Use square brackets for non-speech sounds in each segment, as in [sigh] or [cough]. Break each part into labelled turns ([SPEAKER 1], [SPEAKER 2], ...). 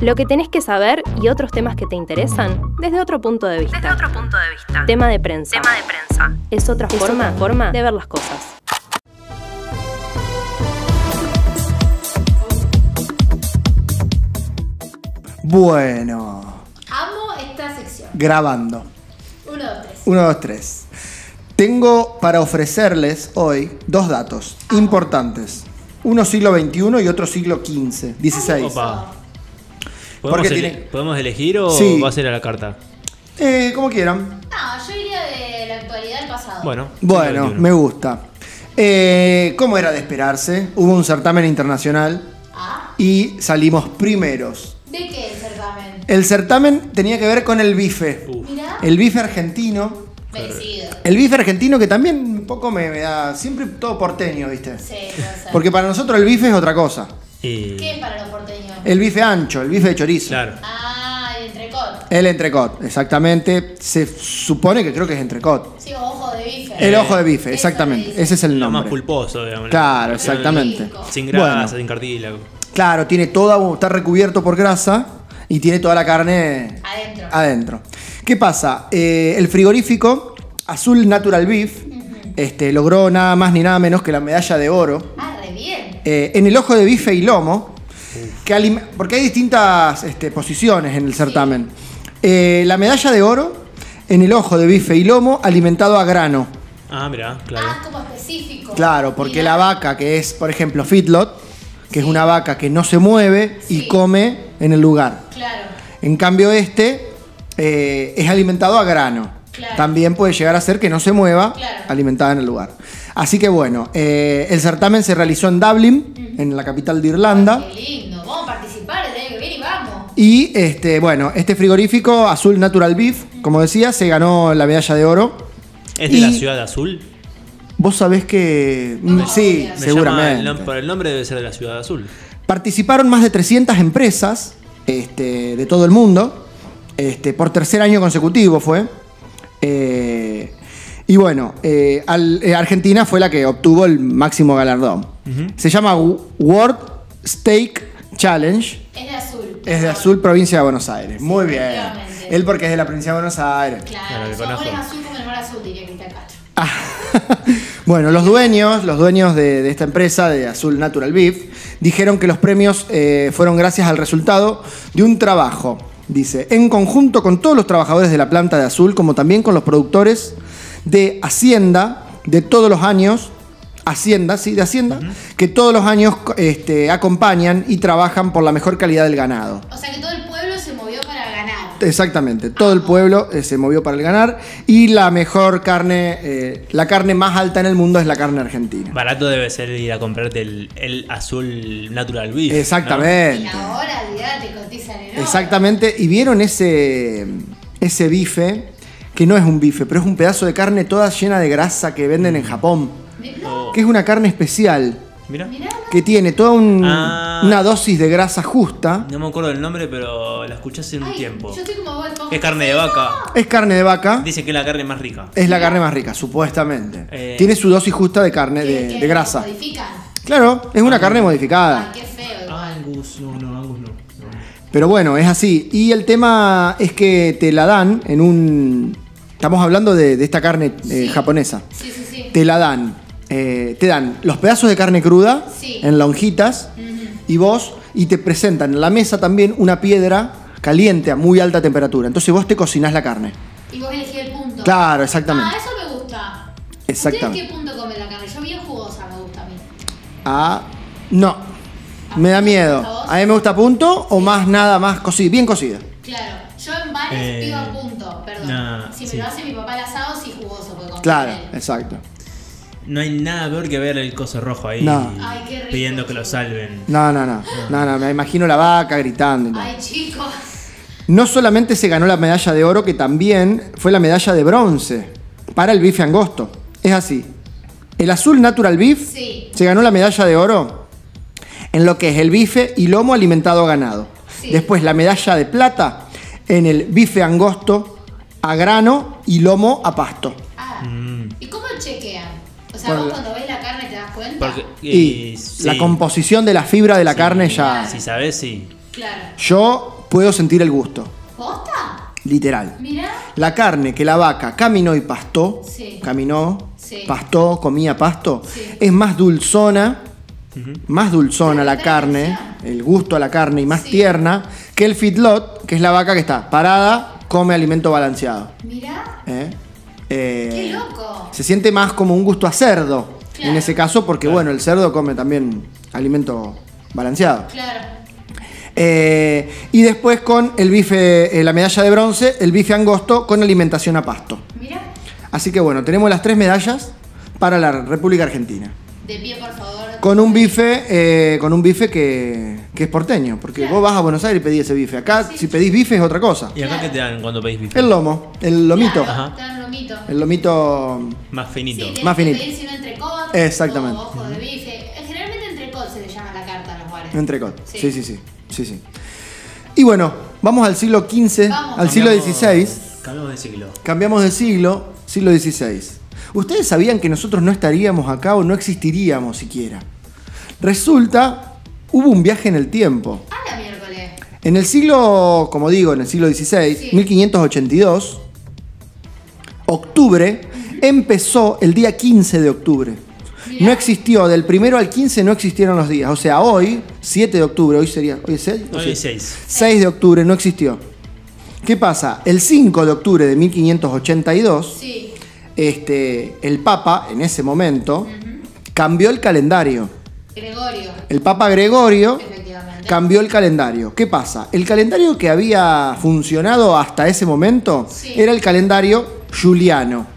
[SPEAKER 1] lo que tenés que saber y otros temas que te interesan desde otro punto de vista.
[SPEAKER 2] Desde Este otro punto de vista.
[SPEAKER 1] Tema de prensa.
[SPEAKER 2] Tema de prensa.
[SPEAKER 1] Es otra forma, forma de ver las cosas.
[SPEAKER 3] Bueno,
[SPEAKER 4] Amo esta sección.
[SPEAKER 3] grabando.
[SPEAKER 4] Uno, dos, tres.
[SPEAKER 3] Uno, dos, tres. Tengo para ofrecerles hoy dos datos importantes. Uno siglo XXI y otro siglo XV, XVI.
[SPEAKER 5] Opa. ¿Podemos,
[SPEAKER 3] Porque
[SPEAKER 5] ele-
[SPEAKER 3] tiene-
[SPEAKER 5] podemos elegir o
[SPEAKER 3] Sí.
[SPEAKER 5] va a ser a la carta?
[SPEAKER 3] Eh, como quieran.
[SPEAKER 4] No, yo iría de la actualidad al pasado.
[SPEAKER 5] Bueno.
[SPEAKER 3] Bueno,
[SPEAKER 5] 121.
[SPEAKER 3] me gusta. Eh, ¿Cómo era de esperarse? Hubo un certamen internacional
[SPEAKER 4] Ah,
[SPEAKER 3] y salimos primeros.
[SPEAKER 4] ¿de qué el certamen?
[SPEAKER 3] El certamen tenía que ver con el bife.
[SPEAKER 5] Uf.
[SPEAKER 4] Mirá,
[SPEAKER 3] El bife argentino.
[SPEAKER 4] merecido.
[SPEAKER 3] El bife argentino que también un poco me, me da siempre todo porteño, ¿viste?
[SPEAKER 4] Sí, puede
[SPEAKER 3] [laughs]
[SPEAKER 4] ser.
[SPEAKER 3] Porque para nosotros el bife es otra cosa.
[SPEAKER 5] Y-
[SPEAKER 4] ¿Qué es para los porteños?
[SPEAKER 3] El bife ancho, el bife de chorizo.
[SPEAKER 5] Claro.
[SPEAKER 4] Ah, el entrecot.
[SPEAKER 3] El entrecot, exactamente. Se supone que creo que es entrecot.
[SPEAKER 4] Sí, ojo de bife.
[SPEAKER 3] El
[SPEAKER 5] Eh,
[SPEAKER 3] ojo de bife,
[SPEAKER 4] eso
[SPEAKER 3] exactamente.
[SPEAKER 4] dice.
[SPEAKER 3] Ese es el
[SPEAKER 5] Lo más
[SPEAKER 3] nombre.
[SPEAKER 5] pulposo, digamos.
[SPEAKER 3] Claro, exactamente.
[SPEAKER 4] Rico.
[SPEAKER 5] Sin grasa,
[SPEAKER 3] Bueno.
[SPEAKER 5] sin cartílago.
[SPEAKER 3] Claro, tiene toda, está recubierto por grasa y tiene toda la carne
[SPEAKER 4] Adentro.
[SPEAKER 3] adentro. ¿Qué pasa? Eh, el frigorífico Azul Natural Beef este, logró nada más ni nada menos que la medalla de oro
[SPEAKER 4] Ah, re bien.
[SPEAKER 3] eh, en el ojo de bife y lomo, que alim- porque hay distintas este, posiciones en el certamen. Eh, la medalla de oro en el ojo de bife y lomo alimentado a grano.
[SPEAKER 5] Ah, mirá,
[SPEAKER 4] Ah,
[SPEAKER 5] claro.
[SPEAKER 4] como específico.
[SPEAKER 3] Claro, porque
[SPEAKER 4] Mirá.
[SPEAKER 3] la vaca que es, por ejemplo, feedlot, que es una vaca que no se mueve y
[SPEAKER 4] Sí.
[SPEAKER 3] come en el lugar.
[SPEAKER 4] Claro.
[SPEAKER 3] En cambio, este eh, es alimentado a grano.
[SPEAKER 4] Claro.
[SPEAKER 3] También puede llegar a ser que no se mueva
[SPEAKER 4] Claro.
[SPEAKER 3] alimentada en el lugar. Así que bueno, eh, el certamen se realizó en Dublín, en la capital de Irlanda.
[SPEAKER 4] Qué lindo. Vamos a participar el año que viene y vamos.
[SPEAKER 3] Y este, bueno, este frigorífico Azul Natural Beef, como decía, se ganó la medalla de oro.
[SPEAKER 5] ¿Es de
[SPEAKER 3] Y-
[SPEAKER 5] la ciudad azul?
[SPEAKER 3] Vos sabés que. mm,
[SPEAKER 4] No,
[SPEAKER 3] sí,
[SPEAKER 4] obvio.
[SPEAKER 5] Me
[SPEAKER 3] seguramente.
[SPEAKER 5] llama el nom- por el nombre debe ser de la ciudad azul.
[SPEAKER 3] Participaron más de 300 empresas este, de todo el mundo, este, por tercer año consecutivo fue. Eh, y bueno, eh, al- eh, Argentina fue la que obtuvo el máximo galardón. Se llama Wo- World Steak Challenge.
[SPEAKER 4] Es de azul.
[SPEAKER 3] Es de Azul, provincia de Buenos Aires. Muy bien.
[SPEAKER 4] efectivamente.
[SPEAKER 3] Él porque es de la provincia de Buenos Aires.
[SPEAKER 5] Claro,
[SPEAKER 4] Claro,
[SPEAKER 5] que
[SPEAKER 4] su amor es
[SPEAKER 5] conozco.
[SPEAKER 4] azul como el mar azul, diría Cristian Castro.
[SPEAKER 3] Ah, [laughs] bueno, los dueños, los dueños de, de esta empresa, de Azul Natural Beef, dijeron que los premios eh, fueron gracias al resultado de un trabajo, dice, en conjunto con todos los trabajadores de la planta de Azul, como también con los productores de Hacienda de todos los años. Hacienda, sí, de Hacienda, que todos los años este, acompañan y trabajan por la mejor calidad del ganado.
[SPEAKER 4] O sea que todo el pueblo se movió para ganar.
[SPEAKER 3] Exactamente, todo el pueblo eh, se movió para el ganar y la mejor carne, eh, la carne más alta en el mundo es la carne argentina.
[SPEAKER 5] Barato debe ser ir a comprarte el, el azul natural beef. ¿no?
[SPEAKER 4] Y
[SPEAKER 3] Exactamente,
[SPEAKER 4] ahora, olvidate, cotizan en oro.
[SPEAKER 3] exactamente. Y vieron ese, ese bife, que no es un bife, pero es un pedazo de carne toda llena de grasa que venden en Japón,
[SPEAKER 4] Mirá,
[SPEAKER 5] Oh,
[SPEAKER 3] que es una carne especial,
[SPEAKER 5] Mira.
[SPEAKER 4] mirá,
[SPEAKER 3] que tiene toda un-
[SPEAKER 5] Ah.
[SPEAKER 3] una dosis de grasa justa.
[SPEAKER 5] No me acuerdo del nombre, pero la escuché hace un
[SPEAKER 4] Ay,
[SPEAKER 5] tiempo.
[SPEAKER 4] Yo estoy como vos, Juan.
[SPEAKER 5] Es carne de vaca.
[SPEAKER 3] Es carne de vaca,
[SPEAKER 5] Dicen que es la carne más rica.
[SPEAKER 3] es la carne más rica, supuestamente.
[SPEAKER 5] Eh.
[SPEAKER 3] Tiene su dosis justa de carne,
[SPEAKER 4] Que-
[SPEAKER 3] de,
[SPEAKER 4] que
[SPEAKER 3] de grasa. Ah.
[SPEAKER 4] Modifican.
[SPEAKER 3] Claro, es una carne modificada.
[SPEAKER 4] Ay, qué feo.
[SPEAKER 5] Angus, no, no, Angus no.
[SPEAKER 3] Pero bueno, es así. Y el tema es que te la dan en un... Estamos hablando de, de esta carne eh,
[SPEAKER 4] Sí.
[SPEAKER 3] japonesa.
[SPEAKER 4] Sí, sí, sí.
[SPEAKER 3] Te la dan. eh, te dan los pedazos de carne cruda
[SPEAKER 4] Sí.
[SPEAKER 3] en lonjitas y vos y te presentan en la mesa también una piedra caliente a muy alta temperatura. Entonces vos te cocinás la carne.
[SPEAKER 4] Y vos elegís el punto.
[SPEAKER 3] Claro, exactamente.
[SPEAKER 4] Ah, eso me gusta.
[SPEAKER 3] Exactamente.
[SPEAKER 4] ¿Ustedes qué punto comen la carne? Yo bien jugosa me gusta a mí.
[SPEAKER 3] Ah, no. Me da miedo. A mí me gusta a punto o más nada, más cocida, bien cocida.
[SPEAKER 4] Claro. Yo en bares
[SPEAKER 5] Eh,
[SPEAKER 4] pido a punto, perdón.
[SPEAKER 5] nah,
[SPEAKER 4] si me
[SPEAKER 5] sí.
[SPEAKER 4] lo hace mi papá el asado, sí jugoso. Porque
[SPEAKER 3] Claro, exacto.
[SPEAKER 5] No hay nada peor que ver el coso rojo ahí
[SPEAKER 3] No.
[SPEAKER 4] Ay, qué rico.
[SPEAKER 5] pidiendo que lo salven.
[SPEAKER 3] No, no, no. No, no, me imagino la vaca gritando. y todo.
[SPEAKER 4] Ay, chicos. [laughs]
[SPEAKER 3] No solamente se ganó la medalla de oro, que también fue la medalla de bronce para el bife angosto. Es así. El azul natural beef
[SPEAKER 4] Sí.
[SPEAKER 3] se ganó la medalla de oro en lo que es el bife y lomo alimentado a ganado.
[SPEAKER 4] Sí.
[SPEAKER 3] Después la medalla de plata en el bife angosto a grano y lomo a pasto.
[SPEAKER 4] Ah.
[SPEAKER 5] Mm.
[SPEAKER 4] ¿Y cómo chequean? O sea,
[SPEAKER 3] Por
[SPEAKER 4] vos
[SPEAKER 3] la-
[SPEAKER 4] cuando ves la carne te das cuenta.
[SPEAKER 5] Porque,
[SPEAKER 3] Y,
[SPEAKER 5] eh,
[SPEAKER 3] la
[SPEAKER 5] sí.
[SPEAKER 3] composición de la fibra de la
[SPEAKER 5] Sí.
[SPEAKER 3] carne ya...
[SPEAKER 5] Si sabes, sí.
[SPEAKER 4] Claro.
[SPEAKER 3] Yo puedo sentir el gusto,
[SPEAKER 4] ¿Posta?
[SPEAKER 3] literal.
[SPEAKER 4] Mirá.
[SPEAKER 3] La carne que la vaca caminó y pastó,
[SPEAKER 4] Sí.
[SPEAKER 3] caminó,
[SPEAKER 4] Sí.
[SPEAKER 3] pastó, comía pasto,
[SPEAKER 4] Sí.
[SPEAKER 3] es más dulzona, más dulzona
[SPEAKER 4] Pero
[SPEAKER 3] la
[SPEAKER 4] está
[SPEAKER 3] carne,
[SPEAKER 4] deliciosa.
[SPEAKER 3] el gusto a la carne y más
[SPEAKER 4] Sí.
[SPEAKER 3] tierna que el feedlot, que es la vaca que está parada, come alimento balanceado.
[SPEAKER 4] Mirá.
[SPEAKER 3] ¿eh? Eh,
[SPEAKER 4] Qué loco.
[SPEAKER 3] Se siente más como un gusto a cerdo
[SPEAKER 4] Claro.
[SPEAKER 3] en ese caso, porque bueno, el cerdo come también alimento balanceado.
[SPEAKER 4] Claro.
[SPEAKER 3] Eh, y después con el bife, eh, la medalla de bronce, el bife angosto con alimentación a pasto.
[SPEAKER 4] Mirá.
[SPEAKER 3] Así que bueno, tenemos las tres medallas para la República Argentina.
[SPEAKER 4] De pie, por favor.
[SPEAKER 3] Con un bife, eh, con un bife que, que es porteño, porque vos vas a Buenos Aires y pedís ese bife. Acá, si pedís bife es otra cosa.
[SPEAKER 5] ¿Y acá qué te dan cuando pedís bife?
[SPEAKER 3] El lomo, el lomito.
[SPEAKER 4] Claro,
[SPEAKER 5] Ajá.
[SPEAKER 4] está en lomito.
[SPEAKER 3] El lomito.
[SPEAKER 5] Más finito.
[SPEAKER 4] Sí,
[SPEAKER 3] Más
[SPEAKER 4] más
[SPEAKER 3] finito.
[SPEAKER 4] finito. Pedir, si no, entrecot,
[SPEAKER 3] Exactamente.
[SPEAKER 4] o Ojo de bife. Eh, Generalmente entrecot se le llama la carta a los bares.
[SPEAKER 3] Entrecot.
[SPEAKER 4] Sí.
[SPEAKER 3] Sí, sí, sí. sí, sí. Y bueno, vamos al siglo XV,
[SPEAKER 4] Vamos.
[SPEAKER 3] al siglo
[SPEAKER 5] Cambiamos-
[SPEAKER 3] XVI.
[SPEAKER 5] Cambiamos de siglo.
[SPEAKER 3] Cambiamos de siglo, siglo XVI. Ustedes sabían que nosotros no estaríamos acá o no existiríamos siquiera. Resulta, hubo un viaje en el tiempo.
[SPEAKER 4] A la miércoles.
[SPEAKER 3] En el siglo, como digo, en el siglo XVI,
[SPEAKER 4] Sí.
[SPEAKER 3] 1582, octubre, empezó el día 15 de octubre.
[SPEAKER 4] Mirá.
[SPEAKER 3] No existió, del primero al 15 no existieron los días. O sea, hoy, 7 de octubre, hoy sería. ¿Hoy es 6?
[SPEAKER 5] Hoy es 6.
[SPEAKER 3] 6 de octubre no existió. ¿Qué pasa? El 5 de octubre de 1582,
[SPEAKER 4] Sí.
[SPEAKER 3] este, el Papa, en ese momento, cambió el calendario.
[SPEAKER 4] Gregorio.
[SPEAKER 3] El Papa Gregorio
[SPEAKER 4] Efectivamente.
[SPEAKER 3] cambió el calendario. ¿Qué pasa? El calendario que había funcionado hasta ese momento
[SPEAKER 4] Sí.
[SPEAKER 3] era el calendario juliano.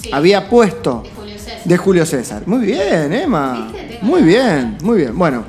[SPEAKER 4] Sí.
[SPEAKER 3] Había puesto
[SPEAKER 4] De Julio César.
[SPEAKER 3] de Julio César. Muy bien, Emma.
[SPEAKER 4] ¿Viste? Tengo
[SPEAKER 3] Muy
[SPEAKER 4] la-
[SPEAKER 3] bien, muy bien. Bueno,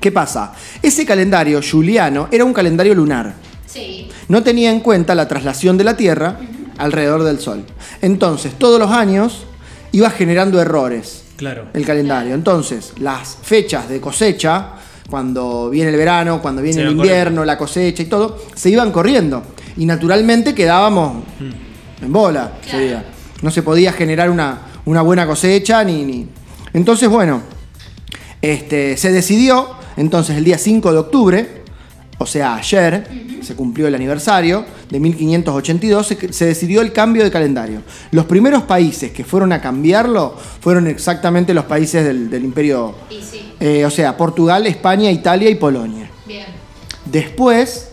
[SPEAKER 3] ¿qué pasa? Ese calendario juliano era un calendario lunar.
[SPEAKER 4] Sí.
[SPEAKER 3] no tenía en cuenta la traslación de la Tierra alrededor del Sol. Entonces, todos los años iba generando errores
[SPEAKER 5] Claro.
[SPEAKER 3] el calendario. Entonces, las fechas de cosecha, cuando viene el verano, cuando viene
[SPEAKER 5] Se
[SPEAKER 3] el
[SPEAKER 5] iban
[SPEAKER 3] invierno, la cosecha y todo, se iban corriendo. Y naturalmente quedábamos
[SPEAKER 5] Hmm.
[SPEAKER 3] en bola.
[SPEAKER 4] Claro.
[SPEAKER 3] sería. No se podía generar una, una buena cosecha ni, ni- Entonces, bueno, este, se decidió, entonces el día 5 de octubre, o sea, ayer, se cumplió el aniversario de 1582, se, se decidió el cambio de calendario. Los primeros países que fueron a cambiarlo fueron exactamente los países del, del imperio,
[SPEAKER 4] Y sí.
[SPEAKER 3] eh, o sea, Portugal, España, Italia y Polonia.
[SPEAKER 4] Bien.
[SPEAKER 3] Después,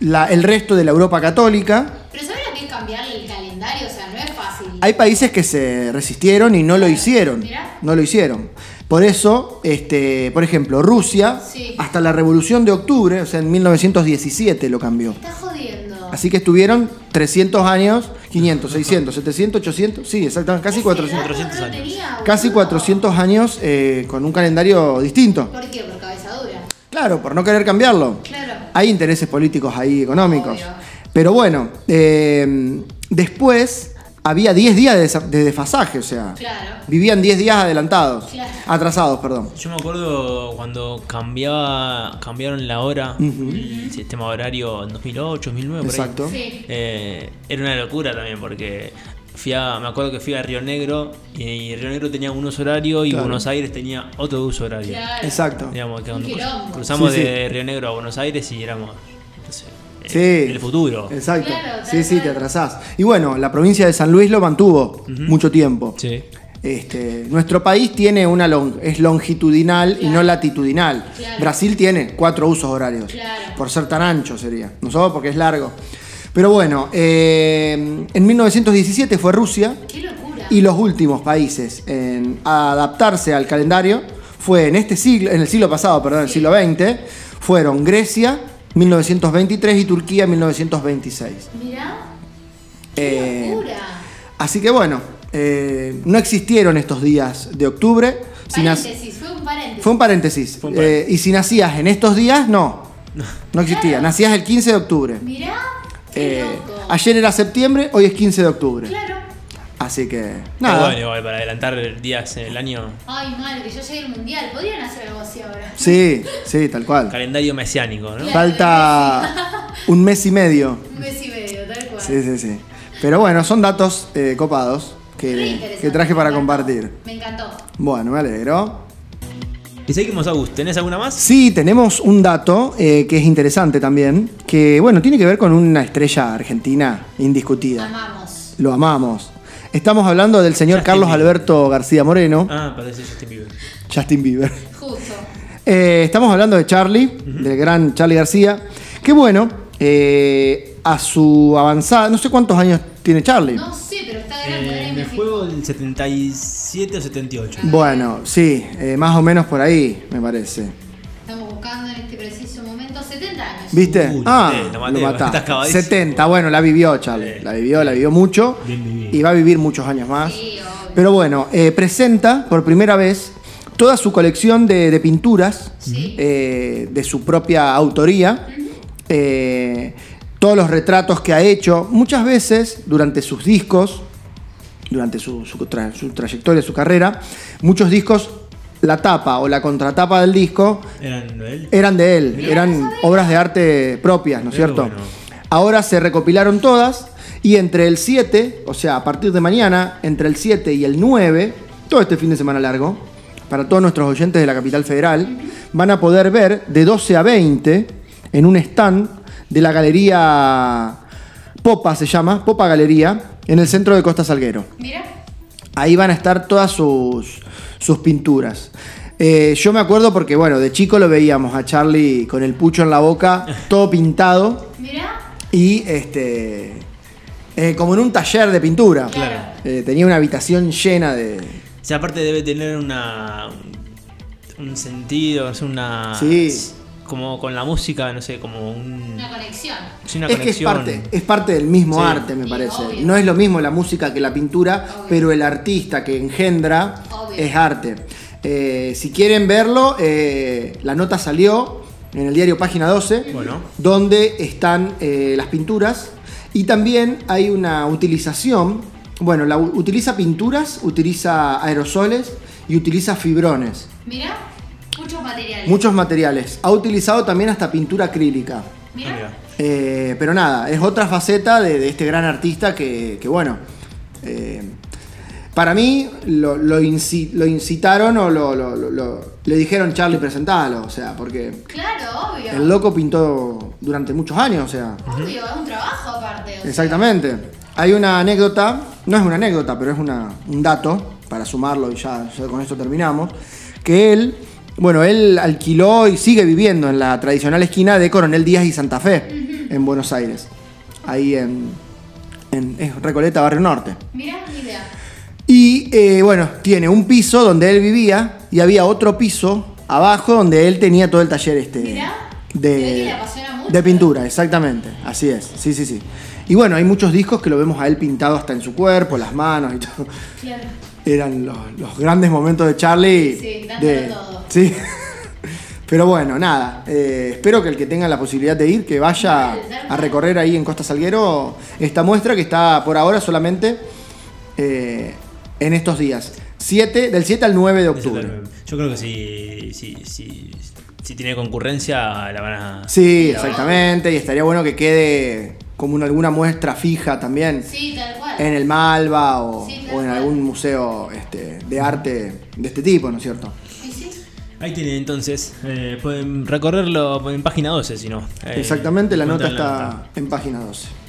[SPEAKER 3] la- el resto de la Europa católica,
[SPEAKER 4] Pero ¿sabes lo que es cambiar el calendario? O sea, no es fácil.
[SPEAKER 3] Hay países que se resistieron y no lo hicieron.
[SPEAKER 4] Mirá.
[SPEAKER 3] No lo hicieron. Por eso, este, por ejemplo, Rusia,
[SPEAKER 4] Sí.
[SPEAKER 3] hasta la Revolución de Octubre, o sea, en 1917 lo cambió.
[SPEAKER 4] Está jodiendo.
[SPEAKER 3] Así que estuvieron 300 años, 500, 600, 700, 800, sí, exactamente, casi 400.
[SPEAKER 5] 400 años.
[SPEAKER 3] Casi 400 años eh, con un calendario distinto.
[SPEAKER 4] ¿Por qué? Por cabeza dura.
[SPEAKER 3] Claro, por no querer cambiarlo.
[SPEAKER 4] Claro.
[SPEAKER 3] Hay intereses políticos ahí, económicos.
[SPEAKER 4] Obvio.
[SPEAKER 3] Pero bueno, eh, después había 10 días de, desa- de desfasaje, o sea,
[SPEAKER 4] Claro.
[SPEAKER 3] vivían 10 días adelantados,
[SPEAKER 4] Claro.
[SPEAKER 3] atrasados, perdón.
[SPEAKER 5] Yo me acuerdo cuando cambiaba, cambiaron la hora, el sistema horario en 2008, 2009, por ahí.
[SPEAKER 3] Exacto.
[SPEAKER 4] Sí.
[SPEAKER 5] Eh, era una locura también porque fui a- me acuerdo que fui a Río Negro y, Río Negro tenía un uso horario y
[SPEAKER 3] Claro.
[SPEAKER 5] Buenos Aires tenía otro uso horario.
[SPEAKER 4] Claro.
[SPEAKER 3] Exacto.
[SPEAKER 5] Digamos, que
[SPEAKER 4] Un
[SPEAKER 5] cuando
[SPEAKER 4] quilombo.
[SPEAKER 5] cruzamos
[SPEAKER 3] Sí, sí.
[SPEAKER 5] de Río Negro a Buenos Aires y éramos no sé, el-
[SPEAKER 3] Sí.
[SPEAKER 5] el futuro.
[SPEAKER 3] Exacto.
[SPEAKER 4] Claro,
[SPEAKER 3] sí,
[SPEAKER 4] tal
[SPEAKER 3] sí, te
[SPEAKER 4] cual.
[SPEAKER 3] atrasás. Y bueno, la provincia de San Luis lo mantuvo mucho tiempo.
[SPEAKER 5] Sí.
[SPEAKER 3] Este, nuestro país tiene una long- es longitudinal y
[SPEAKER 4] Claro.
[SPEAKER 3] no latitudinal.
[SPEAKER 4] Claro.
[SPEAKER 3] Brasil tiene cuatro usos horarios.
[SPEAKER 4] Claro.
[SPEAKER 3] Por ser tan ancho sería. Nosotros porque es largo. Pero bueno, eh, en 1917 fue Rusia
[SPEAKER 4] Qué locura.
[SPEAKER 3] y los últimos países en adaptarse al calendario fue en este siglo, en el siglo pasado, perdón, el siglo XX, fueron Grecia 1923 y Turquía 1926.
[SPEAKER 4] Mirá. Qué
[SPEAKER 3] Eh,
[SPEAKER 4] locura.
[SPEAKER 3] Así que bueno, eh, no existieron estos días de octubre. Si nac-
[SPEAKER 4] Paréntesis, fue un paréntesis.
[SPEAKER 3] Fue un paréntesis.
[SPEAKER 5] Fue un paréntesis.
[SPEAKER 3] Eh, y si nacías en estos días, no. No existía.
[SPEAKER 4] Claro.
[SPEAKER 3] Nacías el 15 de octubre.
[SPEAKER 4] Mirá. Qué
[SPEAKER 3] Eh,
[SPEAKER 4] loco.
[SPEAKER 3] ayer era septiembre, hoy es 15 de octubre.
[SPEAKER 4] Claro.
[SPEAKER 3] Así que
[SPEAKER 5] Pero
[SPEAKER 3] nada.
[SPEAKER 5] bueno, igual, para adelantar días en el año,
[SPEAKER 4] Ay, mal, que yo llegué al mundial. Podrían hacer algo así ahora.
[SPEAKER 3] Sí, sí, tal cual.
[SPEAKER 5] calendario mesiánico, ¿no?
[SPEAKER 4] Claro.
[SPEAKER 3] Falta un mes y medio.
[SPEAKER 4] Un mes y medio, tal cual.
[SPEAKER 3] Sí, sí, sí. Pero bueno, son datos eh, copados
[SPEAKER 4] Re
[SPEAKER 3] que,
[SPEAKER 4] interesante,
[SPEAKER 3] que traje para
[SPEAKER 4] me encantó,
[SPEAKER 3] compartir.
[SPEAKER 4] Me encantó.
[SPEAKER 3] Bueno, me alegro.
[SPEAKER 5] Le seguimos, Agus. ¿Tenés alguna más?
[SPEAKER 3] Sí, tenemos un dato eh, que es interesante también, que bueno, tiene que ver con una estrella argentina indiscutida.
[SPEAKER 4] Amamos.
[SPEAKER 3] Lo amamos. Estamos hablando del señor
[SPEAKER 5] Justin
[SPEAKER 3] Carlos
[SPEAKER 5] Bieber.
[SPEAKER 3] Alberto García Moreno,
[SPEAKER 5] Ah, parece Justin Bieber.
[SPEAKER 3] Justin Bieber.
[SPEAKER 4] Justo.
[SPEAKER 3] Eh, estamos hablando de Charlie, del gran Charlie García, que bueno, eh, a su avanzada, no sé cuántos años tiene Charlie.
[SPEAKER 4] No sé, pero está grande.
[SPEAKER 5] Eh,
[SPEAKER 4] ahora
[SPEAKER 5] me
[SPEAKER 4] me fijo.
[SPEAKER 5] juego el 77 o 78.
[SPEAKER 4] Ah.
[SPEAKER 3] Bueno, sí, eh, más o menos por ahí, me parece.
[SPEAKER 4] Estamos buscando en este preciso momento 70 años.
[SPEAKER 3] ¿Viste?
[SPEAKER 5] Uy, lo
[SPEAKER 3] ah,
[SPEAKER 5] maté, lo maté,
[SPEAKER 3] lo matá.
[SPEAKER 5] está acabadísimo.
[SPEAKER 3] 70, bueno, la vivió Charlie.
[SPEAKER 5] Sí.
[SPEAKER 3] La vivió, la vivió mucho.
[SPEAKER 5] Bien vivido.
[SPEAKER 3] Y va a vivir muchos años más.
[SPEAKER 4] Sí, obvio.
[SPEAKER 3] Pero bueno, eh, presenta por primera vez toda su colección de, de pinturas
[SPEAKER 4] Sí.
[SPEAKER 3] eh, de su propia autoría. eh, todos los retratos que ha hecho. Muchas veces durante sus discos, durante su, su tra- su trayectoria, su carrera, muchos discos, la tapa o la contratapa del disco
[SPEAKER 5] ¿Eran Noel?
[SPEAKER 3] eran de él, eran obras de arte propias, ¿no es
[SPEAKER 5] Mirá
[SPEAKER 3] cierto?
[SPEAKER 5] qué bueno.
[SPEAKER 3] Ahora se recopilaron todas y entre el 7, o sea, a partir de mañana, entre el 7 y el 9, todo este fin de semana largo, para todos nuestros oyentes de la capital federal, van a poder ver de 12 a 20 en un stand de la galería Popa se llama, Popa Galería, en el centro de Costa Salguero.
[SPEAKER 4] Mira.
[SPEAKER 3] Ahí van a estar todas sus, sus pinturas. Eh, yo me acuerdo porque, bueno, de chico lo veíamos a Charlie con el pucho en la boca, todo pintado
[SPEAKER 4] Mirá.
[SPEAKER 3] y este. eh, como en un taller de pintura.
[SPEAKER 4] Claro.
[SPEAKER 3] Eh, tenía una habitación llena de.
[SPEAKER 5] O sea, aparte debe tener una. un sentido, es una.
[SPEAKER 3] Sí.
[SPEAKER 5] Como con la música, no sé, como un.
[SPEAKER 4] Una conexión.
[SPEAKER 5] sí, una
[SPEAKER 3] es que es
[SPEAKER 5] conexión. Ah,
[SPEAKER 3] parte, es parte del mismo
[SPEAKER 5] Sí.
[SPEAKER 3] arte, me
[SPEAKER 4] Sí,
[SPEAKER 3] parece.
[SPEAKER 4] obvio.
[SPEAKER 3] No es lo mismo la música que la pintura,
[SPEAKER 4] Obvio.
[SPEAKER 3] pero el artista que engendra
[SPEAKER 4] Obvio.
[SPEAKER 3] es arte. Eh, si quieren verlo, eh, la nota salió en el diario Página 12,
[SPEAKER 5] Bueno.
[SPEAKER 3] donde están eh, las pinturas y también hay una utilización, bueno, la, u- utiliza pinturas, utiliza aerosoles y utiliza fibrones,
[SPEAKER 4] Mirá. Muchos materiales.
[SPEAKER 3] muchos materiales. Ha utilizado también hasta pintura acrílica.
[SPEAKER 5] Ah,
[SPEAKER 4] Mirá.
[SPEAKER 5] mira.
[SPEAKER 3] Eh, pero nada, es otra faceta de, de este gran artista que, que bueno, eh, para mí lo, lo inci- lo incitaron o lo, lo- lo- lo- le dijeron Charlie presentalo, o sea, porque
[SPEAKER 4] Claro, obvio.
[SPEAKER 3] el loco pintó durante muchos años, o sea,
[SPEAKER 4] Obvio, es un trabajo aparte. o sea.
[SPEAKER 3] exactamente. Hay una anécdota, no es una anécdota, pero es una- un dato, para sumarlo y ya, ya con esto terminamos, que él, bueno, él alquiló y sigue viviendo en la tradicional esquina de Coronel Díaz y Santa Fe, en Buenos Aires, ahí en, en- es Recoleta, Barrio Norte.
[SPEAKER 4] Mirá, ni idea.
[SPEAKER 3] Y eh, bueno, tiene un piso donde él vivía y había otro piso abajo donde él tenía todo el taller este
[SPEAKER 4] Mirá, se ve que le
[SPEAKER 3] de,
[SPEAKER 4] apasiona mucho. ¿eh?
[SPEAKER 3] de pintura, exactamente. Así es, sí, sí, sí. Y bueno, hay muchos discos que lo vemos a él pintado hasta en su cuerpo, las manos y todo.
[SPEAKER 4] Claro.
[SPEAKER 3] Eran los, los grandes momentos de Charlie.
[SPEAKER 4] Sí, dándolo
[SPEAKER 3] de,
[SPEAKER 4] todo.
[SPEAKER 3] [laughs] Sí. Pero bueno, nada. eh, espero que el que tenga la posibilidad de ir, que vaya a recorrer ahí en Costa Salguero esta muestra que está por ahora solamente eh, en estos días. 7, del 7 al 9 de octubre.
[SPEAKER 5] Yo creo que si, si, si, si tiene concurrencia, la van a.
[SPEAKER 3] Sí, exactamente. Y estaría bueno que quede como una, alguna muestra fija también
[SPEAKER 4] Sí, tal cual.
[SPEAKER 3] en el Malva o,
[SPEAKER 4] Sí,
[SPEAKER 3] o en
[SPEAKER 4] claro.
[SPEAKER 3] algún museo este, de arte de este tipo, ¿no es cierto?
[SPEAKER 4] Sí, sí.
[SPEAKER 5] Ahí tienen entonces. eh, pueden recorrerlo en página 12, si no. Eh,
[SPEAKER 3] Exactamente, la nota
[SPEAKER 5] encuentran
[SPEAKER 3] está en página 12.